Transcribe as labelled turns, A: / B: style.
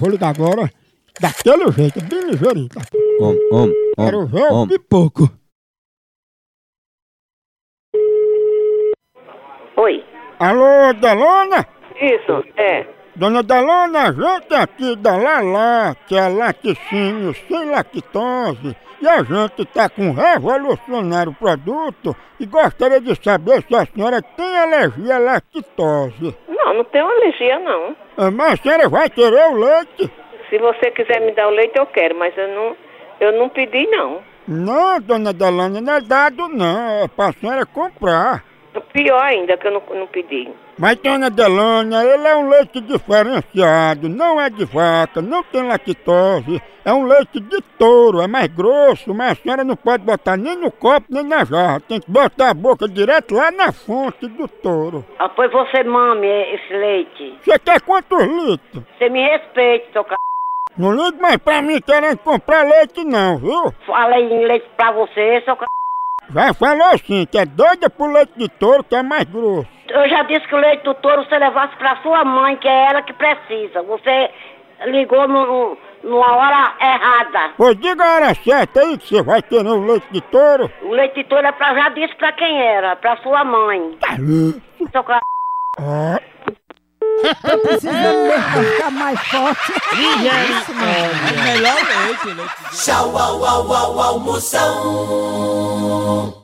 A: Vou ligar agora. Daquele jeito, bem ligeirinho, tá?
B: Om, om, om,
A: Quero ver o
B: om.
A: pipoco.
C: Oi.
A: Alô, Delona?
C: Isso, é.
A: Dona Delona, a gente é aqui da Lala, que é laticínio sem lactose, e a gente tá com um revolucionário produto e gostaria de saber se a senhora tem alergia à lactose.
C: Não, não tenho alergia, não.
A: Ah, Mas a senhora vai querer o leite?
C: Se você quiser me dar o leite, eu quero, mas eu não, eu não pedi, não.
A: Não, Dona Delona, não é dado não, é pra senhora comprar.
C: Pior ainda, que eu não, não pedi.
A: Mas, dona Delana, ele é um leite diferenciado, não é de vaca, não tem lactose, é um leite de touro, é mais grosso, mas a senhora não pode botar nem no copo, nem na jarra, tem que botar a boca direto lá na fonte do touro.
D: Ah, pois você mame esse leite.
A: Você quer quantos litros?
D: Você me respeite, seu c...
A: Não ligue mais pra mim querendo comprar leite não, viu?
D: Falei em leite pra você, seu c...
A: Já falou assim, que é doida pro leite de touro, que é mais grosso.
D: Eu já disse que o leite do touro você levasse pra sua mãe, que é ela que precisa. Você ligou no, no- numa hora errada.
A: Pois diga a hora certa aí que você vai querer o leite de touro.
D: O leite do touro é pra, já disse pra quem era, pra sua mãe.
A: Tá louco.
D: Seu c...
A: Ó.
E: Tchau, au, au, au, almoção.